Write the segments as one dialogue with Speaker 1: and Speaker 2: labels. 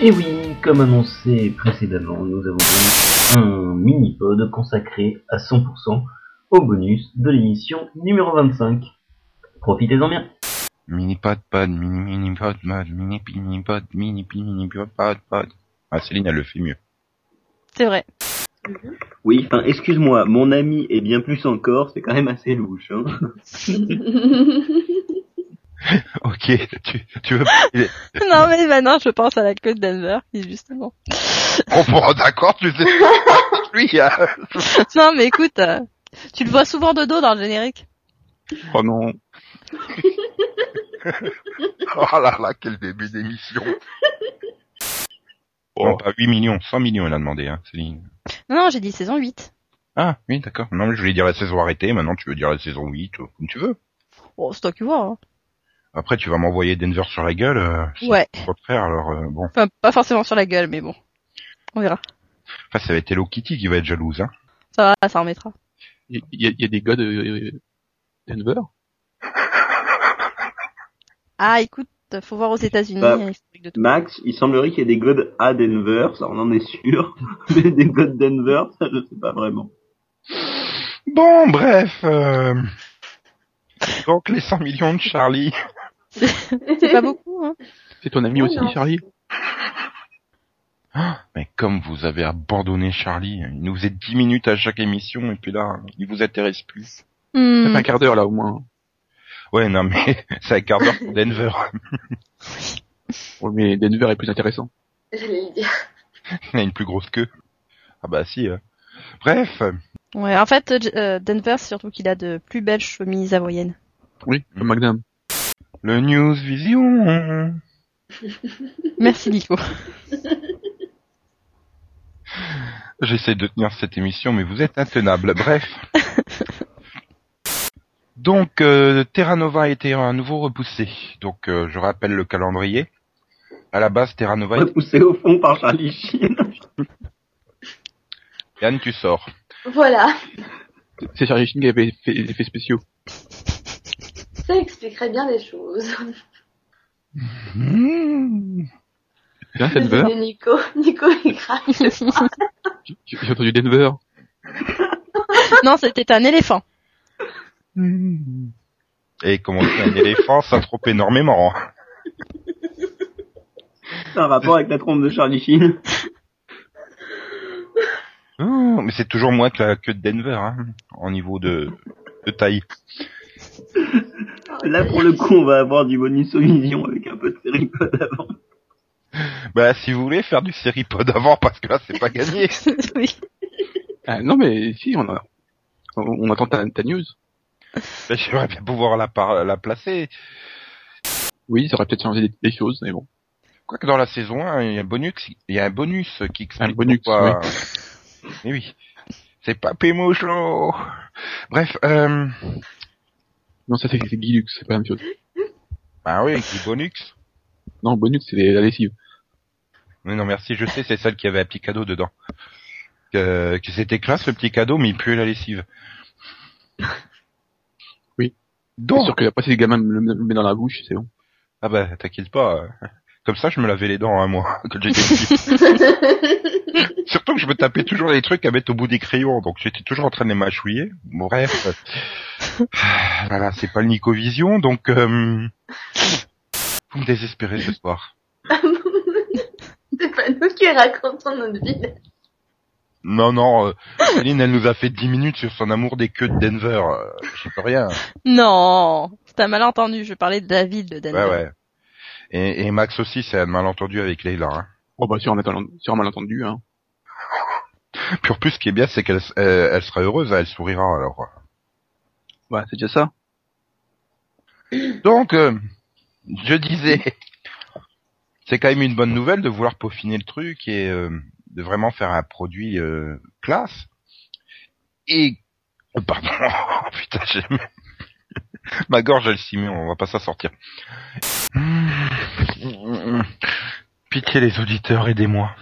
Speaker 1: Et oui, comme annoncé précédemment, nous avons un mini-pod consacré à 100% au bonus de l'émission numéro 25. Profitez-en bien.
Speaker 2: Mini pod pod, mini mini pod pod, mini mini pod, mini mini pod pod pod. Ah, Céline, elle le fait mieux.
Speaker 3: C'est vrai.
Speaker 1: Oui, enfin, excuse-moi, mon ami et bien plus encore, c'est quand même assez louche. Hein
Speaker 2: Ok, tu, tu veux
Speaker 3: non, mais maintenant, je pense à la queue de Denver, qui justement.
Speaker 2: on prend d'accord, tu sais. Lui, hein.
Speaker 3: Non, mais écoute, euh, tu le vois souvent de dos dans le générique.
Speaker 2: Oh non. oh là là, quel début d'émission. Bon, pas 8 millions, 100 millions, elle a demandé, hein, Céline.
Speaker 3: Non, non, j'ai dit saison 8.
Speaker 2: Ah, oui, d'accord. Non, mais je voulais dire la saison arrêtée, maintenant tu veux dire la saison 8, euh, comme tu veux.
Speaker 3: Oh, c'est toi qui vois. hein.
Speaker 2: Après, tu vas m'envoyer Denver sur la gueule, euh, si
Speaker 3: Ouais.
Speaker 2: c'est au contraire, alors euh, bon.
Speaker 3: Enfin, pas forcément sur la gueule, mais bon. On verra.
Speaker 2: Enfin, ça va être Hello Kitty qui va être jalouse, hein.
Speaker 3: Ça va, ça remettra.
Speaker 4: Il y, a- il y a des gars de euh, Denver.
Speaker 3: Ah, écoute, faut voir aux États-Unis.
Speaker 1: Bah.
Speaker 3: il y a l'historique de tout.
Speaker 1: Max, il semblerait qu'il y ait des godes à Denver, ça on en est sûr, mais des godes Denver, ça je sais pas vraiment.
Speaker 2: Bon, bref. euh, Donc, les 100 millions de Charlie.
Speaker 3: C'est pas beaucoup, hein.
Speaker 4: C'est ton ami
Speaker 5: Oh
Speaker 4: aussi,
Speaker 5: non.
Speaker 4: Charlie.
Speaker 2: Mais comme vous avez abandonné Charlie, il nous faisait 10 minutes à chaque émission, et puis là, il vous intéresse plus.
Speaker 4: Ça
Speaker 3: Hmm.
Speaker 4: fait un quart d'heure, là, au moins.
Speaker 2: Ouais, non, mais c'est un quart d'heure pour Denver.
Speaker 4: Ouais, mais Denver est plus intéressant.
Speaker 5: J'allais le dire.
Speaker 2: Il a une plus grosse queue. Ah bah si. euh. Bref,
Speaker 3: Ouais, en fait, euh, Denver, c'est surtout qu'il a de plus belles chemises hawaïennes.
Speaker 4: Oui, le Magnum.
Speaker 2: le News Vision.
Speaker 3: Merci, Nico.
Speaker 2: J'essaie de tenir cette émission, mais vous êtes intenable. Bref. Donc, euh, Terra Nova a été à nouveau repoussé. Donc, euh, je rappelle le calendrier. À la base, Terra Nova était...
Speaker 1: Repoussé au fond par Charlie Sheen.
Speaker 2: Yann, tu sors.
Speaker 5: Voilà,
Speaker 4: C'est Charlie Sheen qui avait fait les effets spéciaux.
Speaker 5: ça expliquerait bien des choses.
Speaker 4: Bien, Denver.
Speaker 5: Désolé Nico, Nico est grave.
Speaker 4: J'ai j'ai entendu Denver.
Speaker 3: non, c'était un éléphant.
Speaker 2: Et comment dire, un éléphant, ça trompe énormément. hein.
Speaker 1: C'est un rapport avec la trompe de Charlie Sheen.
Speaker 2: Oh, mais c'est toujours moins que la queue de Denver, hein, en niveau de, de taille.
Speaker 1: Là pour le coup on va avoir du bonus aux visions avec un peu de série avant.
Speaker 2: Bah, si vous voulez faire du série pod avant, parce que là, c'est pas gagné.
Speaker 3: oui.
Speaker 4: Ah, non, mais si, on, a- on, on attend ta, ta news.
Speaker 2: Bah, J'aimerais bien pouvoir la, par- la placer.
Speaker 4: Oui, ça aurait peut-être changé des, des choses, mais bon.
Speaker 2: Quoique dans la saison 1, il y a un bonus, il y a un bonus qui explique
Speaker 4: Un bonus,
Speaker 2: pourquoi... Eh oui. C'est pas Pémouchlo Bref, euh...
Speaker 4: Non, ça, c'est c'est Guilux, c'est pas la même chose.
Speaker 2: Bah oui, avec du bonus.
Speaker 4: Non, Bonux, c'est la lessive.
Speaker 2: Mais non, merci, je sais, c'est celle qui avait un petit cadeau dedans. Que, que c'était classe, le petit cadeau, mais il puait la lessive.
Speaker 4: Oui. C'est
Speaker 2: Donc,
Speaker 4: sûr que après, si les gamins me le, me le mettent dans la bouche, c'est bon.
Speaker 2: ah bah, t'inquiète pas. euh, Comme ça, je me lavais les dents, hein, moi, quand j'étais petit. Surtout que je me tapais toujours des trucs à mettre au bout des crayons, donc j'étais toujours en train de les mâchouiller. Bon, bref. Ah, voilà, c'est pas le Nicovision, donc... euh, Vous me désespérez ce soir.
Speaker 5: C'est pas nous qui racontons notre vie.
Speaker 2: Non, non, euh, Céline, elle nous a fait 10 minutes sur son amour des queues de Denver. euh, Je sais pas rien.
Speaker 3: Non, c'est un malentendu. Je parlais de la ville de Denver.
Speaker 2: Ouais, ouais. Et, et Max aussi, c'est un malentendu avec Leila. Hein.
Speaker 4: Oh, bah, sur un, malentendu- sur un malentendu, hein.
Speaker 2: Puis en plus, ce qui est bien, c'est qu'elle euh, elle sera heureuse, elle sourira alors.
Speaker 4: Bah, c'est déjà ça.
Speaker 2: Donc, euh, je disais, c'est quand même une bonne nouvelle de vouloir peaufiner le truc et euh, de vraiment faire un produit euh, classe. Et... Oh, pardon, Oh, putain, j'ai... Ma gorge, elle s'y met, on va pas s'en sortir. Pitié les auditeurs, aidez-moi.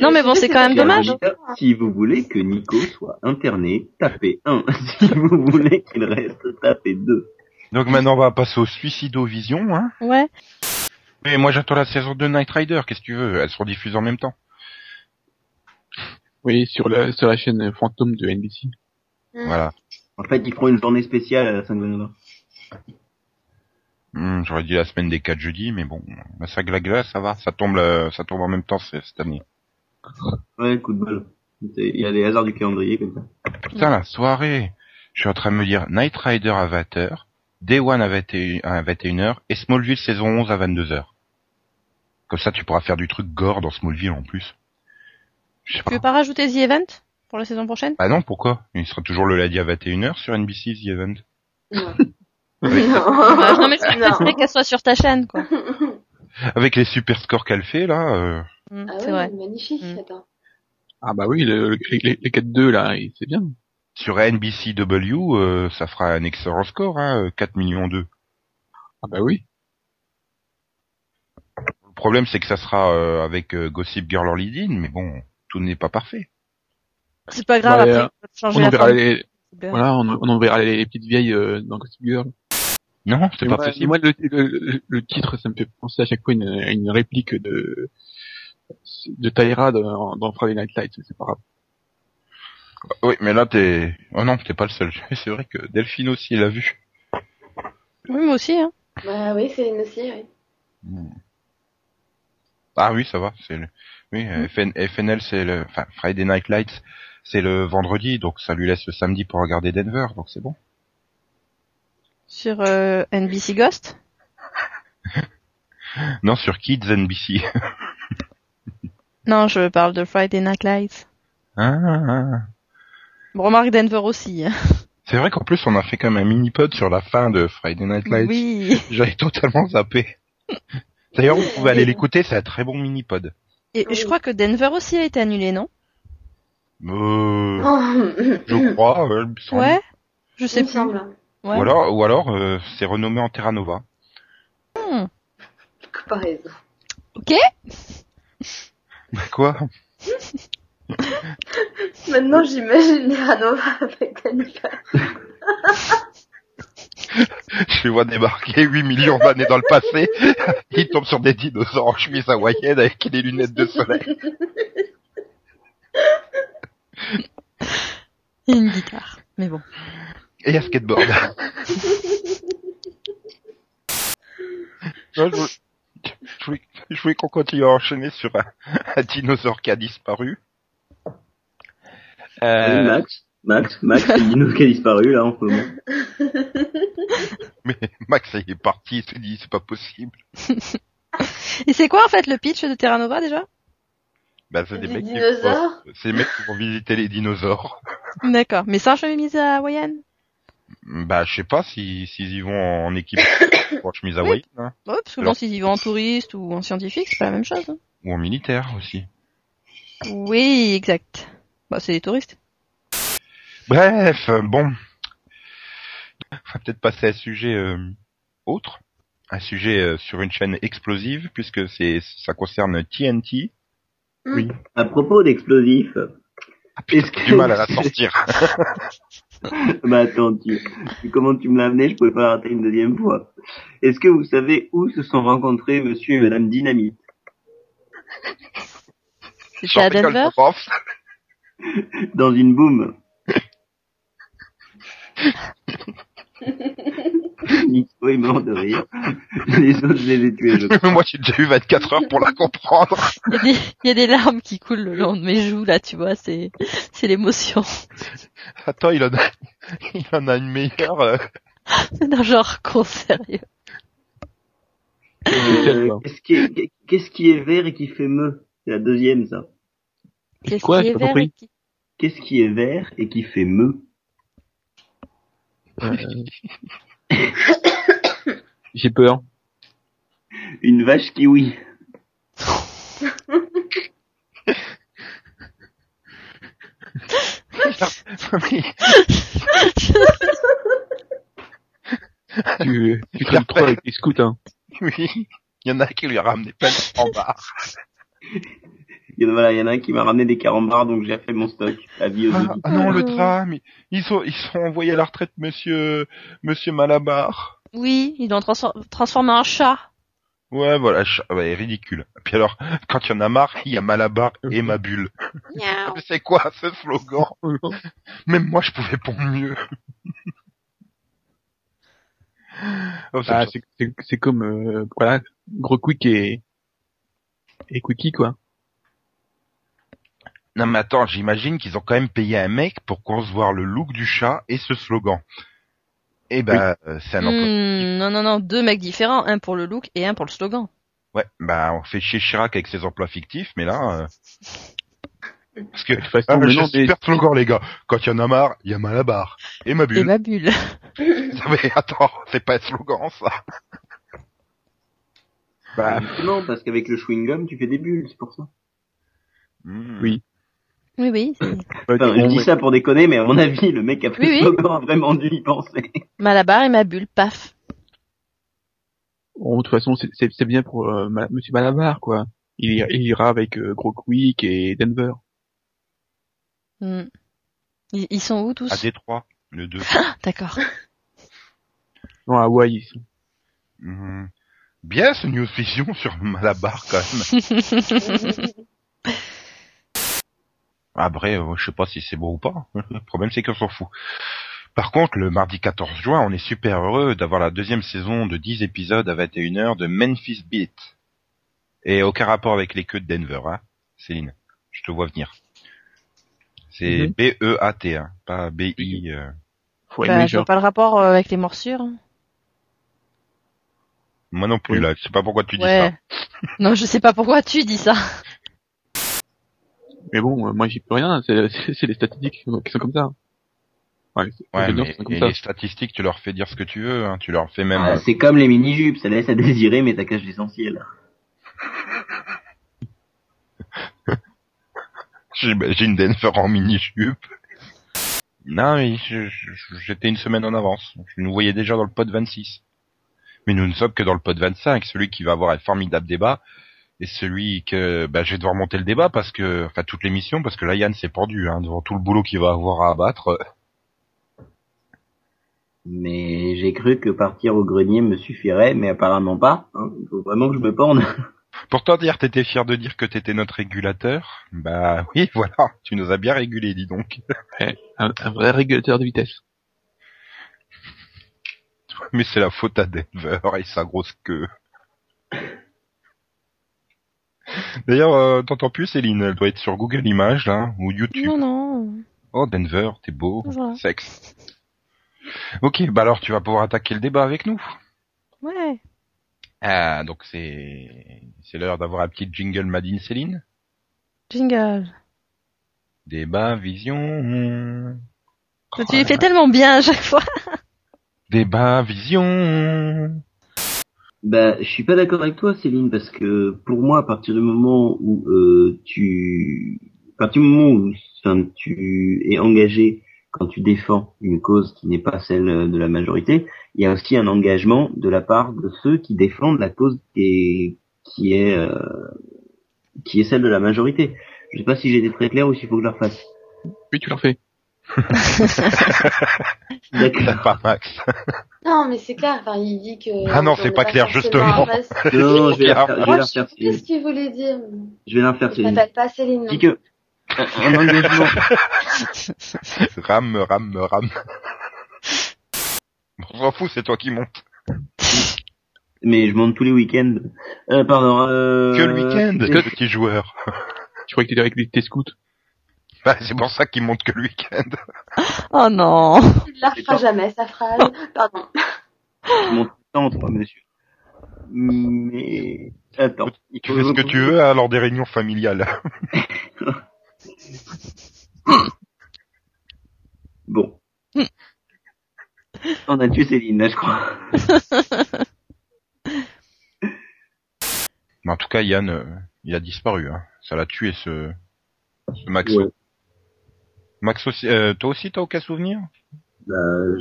Speaker 3: Non, mais bon, c'est quand même
Speaker 1: Chers
Speaker 3: dommage. hein.
Speaker 1: auditeurs, euh, Si vous voulez que Nico soit interné, tapez 1. Si vous voulez qu'il reste, tapez 2.
Speaker 2: Donc maintenant on va passer au Suicidovision, hein.
Speaker 3: Ouais.
Speaker 2: Mais moi j'attends la saison de Night Rider, qu'est-ce que tu veux Elles seront diffusées en même temps.
Speaker 4: Oui, sur la, sur la chaîne fantôme de NBC.
Speaker 5: Hmm.
Speaker 2: Voilà.
Speaker 1: En fait, ils feront une journée spéciale à la Saint-Valentin.
Speaker 2: Hmm, J'aurais dit la semaine des 4 jeudis, mais bon, la saga la glace, ça va, ça tombe, le- ça tombe en même temps c'est- cette année.
Speaker 1: Ouais, coup de bol. C'est- Il y a les hasards du calendrier comme ça.
Speaker 2: Putain, la soirée Je suis en train de me dire Night Rider à 20h, Day One à 21 à 21h et Smallville saison 11 à 22h. Comme ça, tu pourras faire du truc gore dans Smallville en plus. Je sais
Speaker 3: Tu
Speaker 2: pas.
Speaker 3: veux pas rajouter The Event pour la saison prochaine
Speaker 2: Ah non, pourquoi Il sera toujours le lundi à 21h sur NBC, The Event.
Speaker 5: Non.
Speaker 3: Bah, Non
Speaker 5: non. Ah
Speaker 3: mais je préférerais qu'elle soit sur ta chaîne quoi.
Speaker 2: Avec les super scores qu'elle fait, là... euh,
Speaker 3: Mm,
Speaker 5: Ah
Speaker 3: c'est
Speaker 5: ouais,
Speaker 3: vrai.
Speaker 5: magnifique.
Speaker 3: Hmm.
Speaker 5: Attends.
Speaker 4: Ah bah oui, le, les, les- les 4-2 là, et c'est bien.
Speaker 2: sur NBCW, euh, ça fera un excellent score, hein, 4 millions 2.
Speaker 4: Ah bah oui.
Speaker 2: Le problème, c'est que ça sera euh, avec euh, Gossip Girl en lead mais bon, tout n'est pas parfait.
Speaker 3: C'est pas grave
Speaker 4: Bah,
Speaker 3: après.
Speaker 4: euh,
Speaker 3: on peut changer
Speaker 4: On
Speaker 3: la
Speaker 4: enverra
Speaker 3: forme.
Speaker 4: les, voilà, on, on enverra les, les petites vieilles euh, dans Gossip Girl.
Speaker 2: Non, c'est
Speaker 4: Et
Speaker 2: pas
Speaker 4: moi,
Speaker 2: possible.
Speaker 4: Moi, le, le- le titre, ça me fait penser à chaque fois une, à une réplique de de Tyra dans, dans Friday Night Lights, mais c'est pas grave.
Speaker 2: Oui, mais là, t'es... Oh non, t'es pas le seul. C'est vrai que Delphine aussi l'a vu.
Speaker 3: Oui moi aussi hein.
Speaker 5: Bah oui, c'est une aussi, oui.
Speaker 2: Ah oui, ça va. C'est le... Oui, euh, FN... FNL, c'est le... Enfin, Friday Night Lights, c'est le vendredi, donc ça lui laisse le samedi pour regarder Denver, donc c'est bon.
Speaker 3: Sur euh, NBC Ghost.
Speaker 2: Non, sur Kids NBC.
Speaker 3: Non je parle de Friday Night Lights.
Speaker 2: Ah, ah, ah.
Speaker 3: Bon remarque Denver aussi. hein.
Speaker 2: C'est vrai qu'en plus, on a fait comme un mini-pod sur la fin de Friday Night Lights.
Speaker 3: Oui.
Speaker 2: J'avais totalement zappé. D'ailleurs, vous pouvez aller l'écouter, c'est un très bon mini-pod.
Speaker 3: Et je crois que Denver aussi a été annulé non
Speaker 2: Euh, je
Speaker 5: Je
Speaker 2: crois, euh, il me semble.
Speaker 3: Ouais. Je sais
Speaker 5: Oh, mm, Il me
Speaker 3: plus.
Speaker 5: semble. hein.
Speaker 3: Ouais.
Speaker 2: Ou alors, ou alors euh, c'est renommé en Terra Nova.
Speaker 5: Comparaison.
Speaker 2: Quoi
Speaker 5: Maintenant, j'imagine les Ranova avec Danica.
Speaker 2: Je les vois débarquer 8 millions d'années dans le passé. Ils tombent sur des dinosaures en chemise hawaïenne avec des lunettes de soleil.
Speaker 3: Et une guitare. Mais bon.
Speaker 2: Et à skateboard. Non, je, voulais- je voulais, je voulais qu'on continue à enchaîner sur un, un dinosaure qui a disparu.
Speaker 1: Oui,
Speaker 2: Euh,
Speaker 1: Max, Max, Max, c'est le dino qui a disparu là en ce moment.
Speaker 2: mais Max il est parti, il s'est dit c'est pas possible.
Speaker 3: Et c'est quoi en fait le pitch de Terra Nova déjà
Speaker 2: Bah, c'est des
Speaker 5: Des
Speaker 2: mecs qui
Speaker 5: dinosaures
Speaker 2: c'est des mecs qui vont visiter les dinosaures.
Speaker 3: D'accord. Mais sans chemise à Hawaïenne
Speaker 2: Bah, je sais pas si s'ils y vont en équipe en chemise hawaïenne hein,
Speaker 3: Bah ouais, parce que
Speaker 2: Alors-
Speaker 3: bon, s'ils y vont en touriste ou en scientifique, c'est pas la même chose. hein.
Speaker 2: ou en militaire aussi.
Speaker 3: Oui, exact. Bah, c'est des touristes.
Speaker 2: Bref, euh, bon, on va peut-être passer à un sujet euh, autre, un sujet euh, sur une chaîne explosive puisque c'est ça concerne TNT.
Speaker 5: Oui.
Speaker 1: À propos d'explosifs,
Speaker 2: Ah, putain,
Speaker 1: Est-ce
Speaker 2: j'ai
Speaker 1: que-
Speaker 2: du mal à la sortir.
Speaker 1: bah attends, tu, tu- comment tu me l'as amené, je pouvais pas la rater une deuxième fois. Est-ce que vous savez où se sont rencontrés monsieur et madame Dynamite
Speaker 3: C'était
Speaker 2: J'en
Speaker 3: à
Speaker 2: rigole,
Speaker 3: Denver
Speaker 2: mon prof.
Speaker 1: Dans une boom. Nico est mort de rire. Les autres, je les ai tués, je
Speaker 2: Moi, j'ai déjà eu 24 heures pour la comprendre.
Speaker 3: Il y, a des... il y a des larmes qui coulent le long de mes joues, là, tu vois, c'est, c'est l'émotion.
Speaker 2: Attends, il en a, il en a une meilleure. euh.
Speaker 3: C'est d'un genre con sérieux.
Speaker 1: Euh, Qu'est-ce qui, est, qu'est-ce qui est vert et qui fait meux C'est la deuxième, ça.
Speaker 3: Qu'est-ce
Speaker 4: quoi,
Speaker 3: qui
Speaker 4: j'ai
Speaker 3: est
Speaker 4: pas
Speaker 3: vert
Speaker 4: compris.
Speaker 3: et qui-
Speaker 1: Qu'est-ce qui est vert et qui fait meux
Speaker 4: J'ai peur.
Speaker 1: Une vache kiwi.
Speaker 4: tu, tu traînes trop avec les scouts, hein.
Speaker 2: Oui, il y en a qui lui a ramené plein de barre.
Speaker 1: Il y en a- voilà, il y en a un qui m'a ramené des carambars, donc j'ai fait mon stock. La vie aux
Speaker 2: Ah, ah non, le drame. Ils sont, ils sont envoyés à la retraite, monsieur, monsieur Malabar.
Speaker 3: Oui, ils l'ont transfor- transformé en chat.
Speaker 2: Ouais, voilà, ch- ouais, ridicule. Puis alors, quand il y en a marre, il y a Malabar et ma bulle.
Speaker 5: Miaou.
Speaker 2: Ah, C'est quoi ce slogan Même moi, je pouvais pour mieux. Oh, c'est
Speaker 4: Ah, c'est- c'est c'est comme euh, voilà, gros quick et et quickie quoi.
Speaker 2: Non mais attends, j'imagine qu'ils ont quand même payé un mec pour concevoir le look du chat et ce slogan. Eh ben, euh, c'est un emploi.
Speaker 3: Hmm, non, non, non, deux mecs différents, un pour le look et un pour le slogan.
Speaker 2: Ouais, bah on fait chier Chirac avec ses emplois fictifs, mais là... euh, Parce que...
Speaker 4: De toute façon,
Speaker 2: Ah, mais
Speaker 4: mais
Speaker 2: j'ai
Speaker 4: non, mais-
Speaker 2: super slogan les gars. Quand il y en a marre, il y a mal à barre. Et ma
Speaker 3: Et
Speaker 2: bulle.
Speaker 3: ma bulle.
Speaker 2: Mais attends, c'est pas un slogan ça.
Speaker 4: bah,
Speaker 1: Non, parce qu'avec le chewing-gum, tu fais des bulles, c'est pour ça.
Speaker 2: Hmm.
Speaker 4: Oui.
Speaker 3: Oui, oui. c'est-
Speaker 4: bah,
Speaker 1: Enfin, je
Speaker 4: bon,
Speaker 1: dis
Speaker 4: ouais.
Speaker 1: ça pour déconner, mais à mon avis, le mec après
Speaker 3: Oui,
Speaker 1: le
Speaker 3: oui.
Speaker 1: slogan a vraiment dû y penser.
Speaker 3: Malabar et ma bulle, paf.
Speaker 4: Bon, de toute façon, c'est- c'est c'est bien pour euh, Ma- Monsieur Malabar quoi. Il, ira- il ira avec euh, gros quick et Denver.
Speaker 3: Hmm. Ils, ils sont où tous Ah,
Speaker 2: À Détroit, le 2.
Speaker 3: D'accord.
Speaker 4: Non, à Hawaï. ils sont-
Speaker 2: Hmm. Bien ce news fiction sur Malabar quand même. Après, euh, je sais pas si c'est bon ou pas. Le problème c'est qu'on s'en fout. Par contre, le mardi 14 juin, on est super heureux d'avoir la deuxième saison de 10 épisodes à 21h de Memphis Beat. Et aucun rapport avec les queues de Denver, hein, Céline. Je te vois venir. C'est
Speaker 4: Mhm.
Speaker 2: B-E-A-T, hein, pas B-I. euh.
Speaker 4: Faut
Speaker 3: Bah,
Speaker 4: aimer
Speaker 3: je vois
Speaker 4: genre.
Speaker 3: pas le rapport euh, avec les morsures.
Speaker 2: Moi non plus,
Speaker 4: Oui.
Speaker 2: là. Je sais pas pourquoi tu dis ça.
Speaker 3: ouais. non, je sais pas pourquoi tu dis ça.
Speaker 4: Mais bon, euh, moi j'y peux rien. C'est c'est- c'est les statistiques euh, qui sont- qui sont comme ça. hein. Ouais, c'est-
Speaker 2: Ouais,
Speaker 4: les gens
Speaker 2: mais
Speaker 4: sont comme
Speaker 2: et
Speaker 4: ça.
Speaker 2: les statistiques, tu leur fais dire ce que tu veux, hein, tu leur fais même.
Speaker 1: Ah,
Speaker 2: euh,
Speaker 1: c'est comme les mini-jupes, ça laisse à désirer, mais ça cache l'essentiel.
Speaker 2: J'imagine Denver en mini-jupe. Non, mais je- je- j'étais une semaine en avance. Je nous voyais déjà dans le pod 26. Mais nous ne sommes que dans le pod 25. Celui qui va avoir un formidable débat et celui que bah, je vais devoir monter le débat parce que, enfin toute l'émission, parce que là Yann s'est pendu hein, devant tout le boulot qu'il va avoir à abattre.
Speaker 1: Mais j'ai cru que partir au grenier me suffirait, mais apparemment pas. hein. Il faut vraiment que je me pende.
Speaker 2: Pourtant hier t'étais fier de dire que t'étais notre régulateur. Bah oui, voilà, tu nous as bien régulé, dis donc.
Speaker 4: Un, un vrai régulateur de vitesse.
Speaker 2: Mais c'est la faute à Denver et sa grosse queue. D'ailleurs, euh, t'entends plus Céline Elle doit être sur Google Images, là, ou YouTube.
Speaker 3: Non, non.
Speaker 2: Oh, Denver, t'es beau,
Speaker 3: Voilà.
Speaker 2: sexe. Ok, bah alors tu vas pouvoir attaquer le débat avec nous.
Speaker 3: Ouais.
Speaker 2: Ah, donc c'est c'est l'heure d'avoir un petit jingle Madine Céline.
Speaker 3: Jingle.
Speaker 2: Débat, vision.
Speaker 3: tu les fais tellement bien à chaque fois.
Speaker 2: Débat, vision.
Speaker 1: Bah, je suis pas d'accord avec toi, Céline, parce que pour moi, à partir du moment où euh, tu, à partir du moment où enfin, tu es engagé quand tu défends une cause qui n'est pas celle de la majorité, il y a aussi un engagement de la part de ceux qui défendent la cause qui est qui est, euh, qui est celle de la majorité. Je sais pas si j'ai été très clair ou s'il faut que je la refasse.
Speaker 4: Puis tu leur fais.
Speaker 2: T'as pas Max.
Speaker 5: Non, mais c'est clair, enfin, il dit que...
Speaker 2: Ah non,
Speaker 5: on
Speaker 2: c'est
Speaker 5: peut
Speaker 2: pas clair,
Speaker 5: forcément
Speaker 2: justement.
Speaker 5: passer.
Speaker 1: Non, je vais la refaire, je vais la
Speaker 5: Moi,
Speaker 1: refaire,
Speaker 5: je- Qu'est-ce
Speaker 1: Céline.
Speaker 5: qu'il voulait dire
Speaker 1: Je vais la
Speaker 2: Ah,
Speaker 1: refaire,
Speaker 5: Je
Speaker 1: Céline.
Speaker 5: m'appelle pas Céline. non.
Speaker 1: Dis que un- un engagement
Speaker 2: Rame, rame, rame. On s'en fout, c'est toi qui monte.
Speaker 1: mais je monte tous les week-ends. Euh, pardon. Euh...
Speaker 2: Que le week-end,
Speaker 1: et-
Speaker 2: le petit joueur.
Speaker 4: Tu crois que t'étais avec les- tes scouts
Speaker 2: Bah, c'est pour ça qu'il monte que le week-end.
Speaker 3: Oh non.
Speaker 5: Tu ne la referas jamais, sa phrase. Pardon.
Speaker 1: Je monte tout le temps, toi, monsieur. Mais attends. il
Speaker 2: Tu
Speaker 1: faut-
Speaker 2: fais ce que tu veux hein, lors des réunions familiales.
Speaker 1: Bon. On a tué Céline, là, je crois.
Speaker 2: Mais en tout cas, Yann, euh, il a disparu. Hein. Ça l'a tué, ce, ce Maxo.
Speaker 1: Ouais.
Speaker 2: Maxo, si- euh, toi aussi, t'as aucun souvenir
Speaker 1: Bah,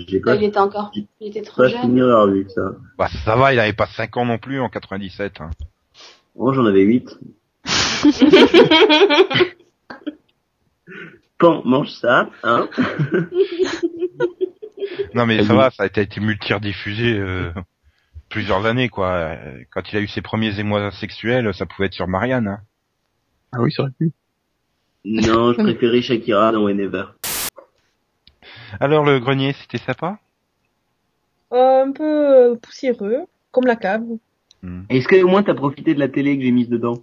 Speaker 1: j'ai
Speaker 5: Là, il était encore... Il était trop jeune.
Speaker 1: à 8, ça.
Speaker 2: Bah, ça va, il avait pas 5 ans non plus en 97. Hein.
Speaker 1: Moi, j'en avais 8. Pan, mange ça, hein.
Speaker 2: Non, mais
Speaker 1: Ah
Speaker 2: ça
Speaker 1: oui. Ah
Speaker 2: va, ça a été, été multi-rediffusé. euh, plusieurs années, quoi. Euh, Quand il a eu ses premiers émois sexuels, ça pouvait être sur Marianne. hein.
Speaker 4: Ah oui, ça aurait pu.
Speaker 1: Non, je préférais Shakira dans Whenever.
Speaker 2: Alors le grenier, c'était sympa
Speaker 6: Un peu euh, poussiéreux, comme la cave.
Speaker 1: Est-ce que au moins t'as profité de la télé que j'ai mise dedans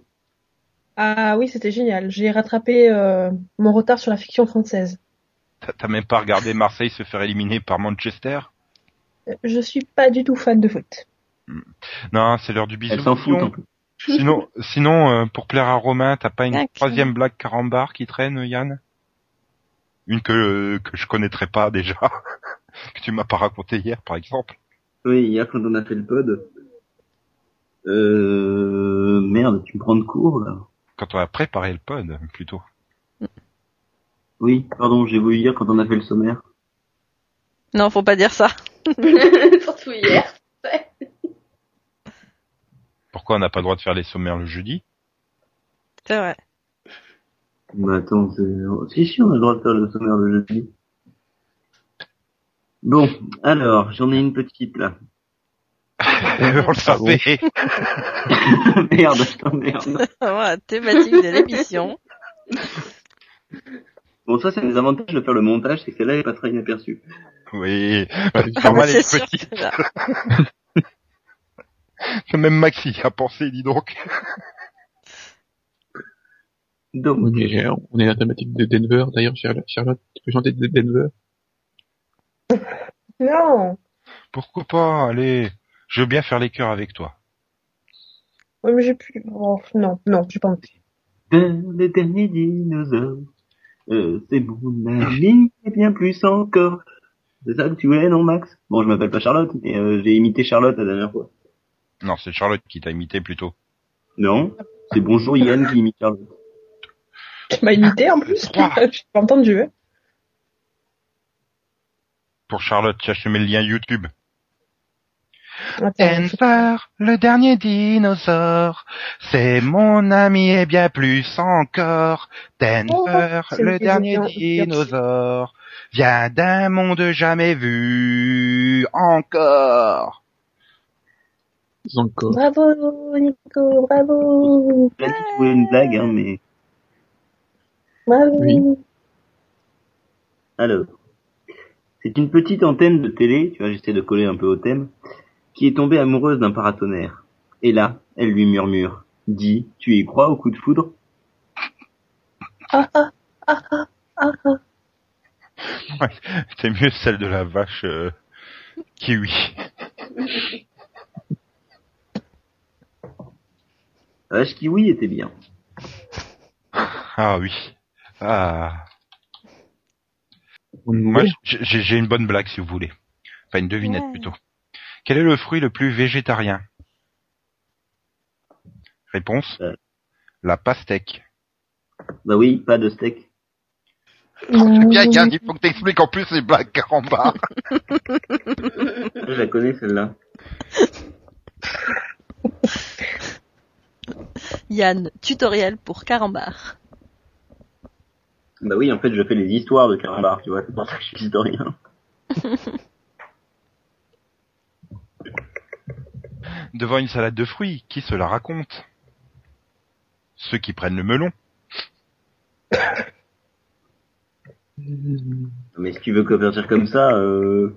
Speaker 6: Ah oui, c'était génial. J'ai rattrapé euh, mon retard sur la fiction française.
Speaker 2: T'as- T'as même pas regardé Marseille se faire éliminer par Manchester
Speaker 6: Euh, Je suis pas du tout fan de foot.
Speaker 2: Non, c'est l'heure du bisou.
Speaker 1: Elle s'en fout. hein.
Speaker 2: Sinon-
Speaker 1: en plus.
Speaker 2: Sinon, sinon euh, pour plaire à Romain, t'as pas une
Speaker 3: D'accord.
Speaker 2: troisième blague carambar qui traîne, Yann Une que, que je connaîtrais pas déjà, que tu m'as pas raconté hier, par exemple.
Speaker 1: Oui, hier quand on a fait le pod. Euh... Merde, tu me prends de court là.
Speaker 2: Quand on a préparé le pod, plutôt.
Speaker 1: Oui, pardon, j'ai voulu dire quand on a fait le sommaire.
Speaker 3: Non, faut pas dire ça.
Speaker 5: Surtout hier.
Speaker 2: Pourquoi on n'a pas le droit de faire les sommaires le jeudi
Speaker 3: C'est vrai.
Speaker 1: Bah attends, c'est- si si, on a le droit de faire le sommaire le jeudi. Bon, alors, j'en ai une petite là.
Speaker 2: On le savait
Speaker 1: Merde, je t'emmerde.
Speaker 3: Voilà, thématique de l'émission.
Speaker 1: Bon, ça, c'est un des avantages de faire le montage, c'est que celle-là elle passera inaperçue.
Speaker 2: Oui,
Speaker 3: Ah bah,
Speaker 2: normal, elle
Speaker 3: c'est
Speaker 2: est
Speaker 3: sûr.
Speaker 2: petite.
Speaker 3: que là.
Speaker 2: Même Maxi a pensé, dis donc.
Speaker 1: Donc,
Speaker 4: Oui, mais euh, on est dans la thématique de Denver. D'ailleurs, Charlotte, Charlotte, tu peux chanter de Denver
Speaker 6: Non.
Speaker 2: Pourquoi pas Allez, je veux bien faire les cœurs avec toi.
Speaker 6: Oui, mais j'ai plus. oh, non, non, j'ai pas envie.
Speaker 1: le dernier dinosaure, euh, c'est mon ami, et bien plus encore. C'est ça que tu voulais, non, Max Bon, je m'appelle pas Charlotte, mais euh, j'ai imité Charlotte la dernière fois.
Speaker 2: Non, c'est Charlotte qui t'a imité plutôt.
Speaker 1: Non C'est bonjour Yann qui imite Charlotte.
Speaker 6: Tu m'as imité en plus.
Speaker 2: Trois.
Speaker 6: J'ai pas entendu. Hein.
Speaker 2: Pour Charlotte, tu as semé le lien YouTube. Euh,
Speaker 6: Attends, je-
Speaker 2: Denver, le dernier dinosaure, c'est mon ami et bien plus encore. Denver,
Speaker 6: Oh, c'est
Speaker 2: le
Speaker 6: mignon,
Speaker 2: dernier
Speaker 6: bien sûr.
Speaker 2: dinosaure, vient d'un monde jamais vu encore.
Speaker 4: Encore.
Speaker 6: Bravo, Nico. Bravo.
Speaker 1: J'ai dit que tu voulais une blague, hein, mais...
Speaker 6: Bravo.
Speaker 4: Oui.
Speaker 1: Alors, c'est une petite antenne de télé, tu vois, j'essaie de coller un peu au thème, qui est tombée amoureuse d'un paratonnerre. Et là, elle lui murmure, dis, tu y crois au coup de foudre
Speaker 6: Ah ah ah ah ah. ah.
Speaker 2: C'est mieux celle de la vache euh, kiwi.
Speaker 1: La Ah, vache kiwi était bien.
Speaker 2: Ah oui. Ah.
Speaker 4: On nous
Speaker 2: Moi,
Speaker 4: voit.
Speaker 2: j'ai j'ai une bonne blague si vous voulez. Enfin, une devinette
Speaker 3: Ouais.
Speaker 2: plutôt. Quel est le fruit le plus végétarien Réponse
Speaker 1: Euh.
Speaker 2: La pastèque.
Speaker 1: Bah oui, pas de steak.
Speaker 2: Oh, Bien, Yann, il faut que t'expliques en plus les blagues caramba.
Speaker 1: Je la connais celle-là.
Speaker 3: Yann, tutoriel pour Carambar.
Speaker 1: Bah oui, en fait, je fais les histoires de Carambar, tu vois, c'est pour ça que je suis historien.
Speaker 2: Devant une salade de fruits, qui se la raconte Ceux qui prennent le melon.
Speaker 1: Mais si tu veux convertir comme ça, euh...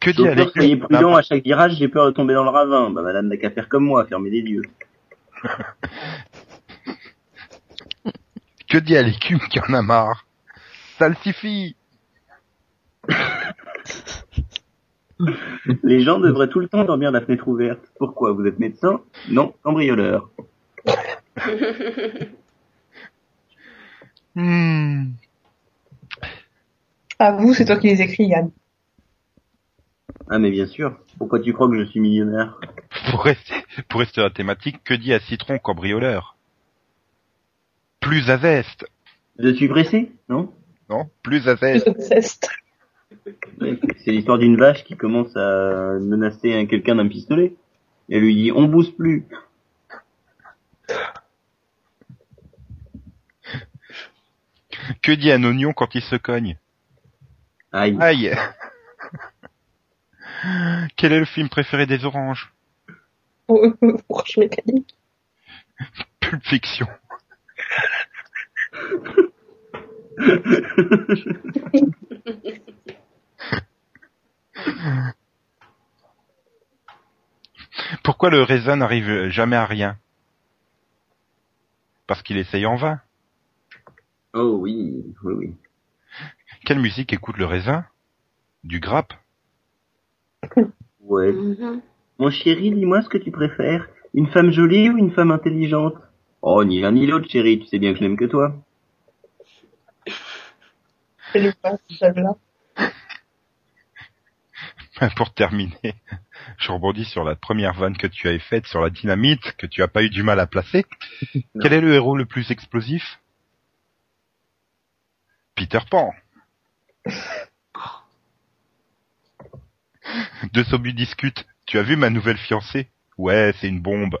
Speaker 2: Que dit
Speaker 1: Docteur,
Speaker 2: Alex
Speaker 1: soyez prudent, à chaque virage, j'ai peur de tomber dans le ravin. Bah madame n'a qu'à faire comme moi, fermer les yeux.
Speaker 2: Que dit à l'écume qui en a marre Salsifie
Speaker 1: Les gens devraient tout le temps dormir la fenêtre ouverte. Pourquoi Vous êtes médecin Non, cambrioleur.
Speaker 2: Hmm.
Speaker 6: À Ah, vous, c'est toi qui les écris, Yann.
Speaker 1: Ah mais bien sûr. Pourquoi tu crois que je suis millionnaire
Speaker 2: Pour rester, pour rester à la thématique, que dit à citron cambrioleur Plus à zeste.
Speaker 1: Je suis pressé, non
Speaker 2: Non Plus à zeste.
Speaker 6: Zeste.
Speaker 1: Ouais, C'est l'histoire d'une vache qui commence à menacer un- quelqu'un d'un pistolet. Et elle lui dit on bouge plus.
Speaker 2: Que dit un oignon quand il se cogne
Speaker 1: Aïe.
Speaker 2: Ah. Aïe Quel est le film préféré des oranges
Speaker 6: Orange mécanique.
Speaker 2: Pulp Fiction. Pourquoi le raisin n'arrive jamais à rien Parce qu'il essaye en vain.
Speaker 1: Oh oui, oui, oui.
Speaker 2: Quelle musique écoute le raisin Du grappe
Speaker 1: Ouais.
Speaker 5: Mhm.
Speaker 1: Mon chéri, dis-moi ce que tu préfères. Une femme jolie ou une femme intelligente Oh, ni l'un ni l'autre, chéri. Tu sais bien que je n'aime que toi.
Speaker 6: C'est le pas, celle-là.
Speaker 2: Pour terminer, je rebondis sur la première vanne que tu avais faite sur la dynamite que tu as pas eu du mal à placer. Quel est le héros le plus explosif Peter Pan. De Sobu discute. Tu as vu ma nouvelle fiancée Ouais, c'est une bombe.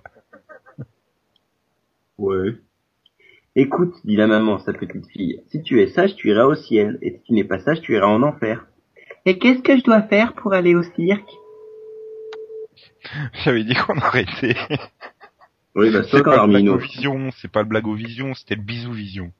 Speaker 1: Ouais. Écoute, dit la maman à sa petite fille, si tu es sage, tu iras au ciel, et si tu n'es pas sage, tu iras en enfer. Et qu'est-ce que je dois faire pour aller au cirque
Speaker 2: J'avais dit qu'on arrêtait.
Speaker 1: Oui, bah
Speaker 2: C'est pas le
Speaker 1: Armino.
Speaker 2: Blagovision, c'est pas le Blagovision, c'était le Bisouvision.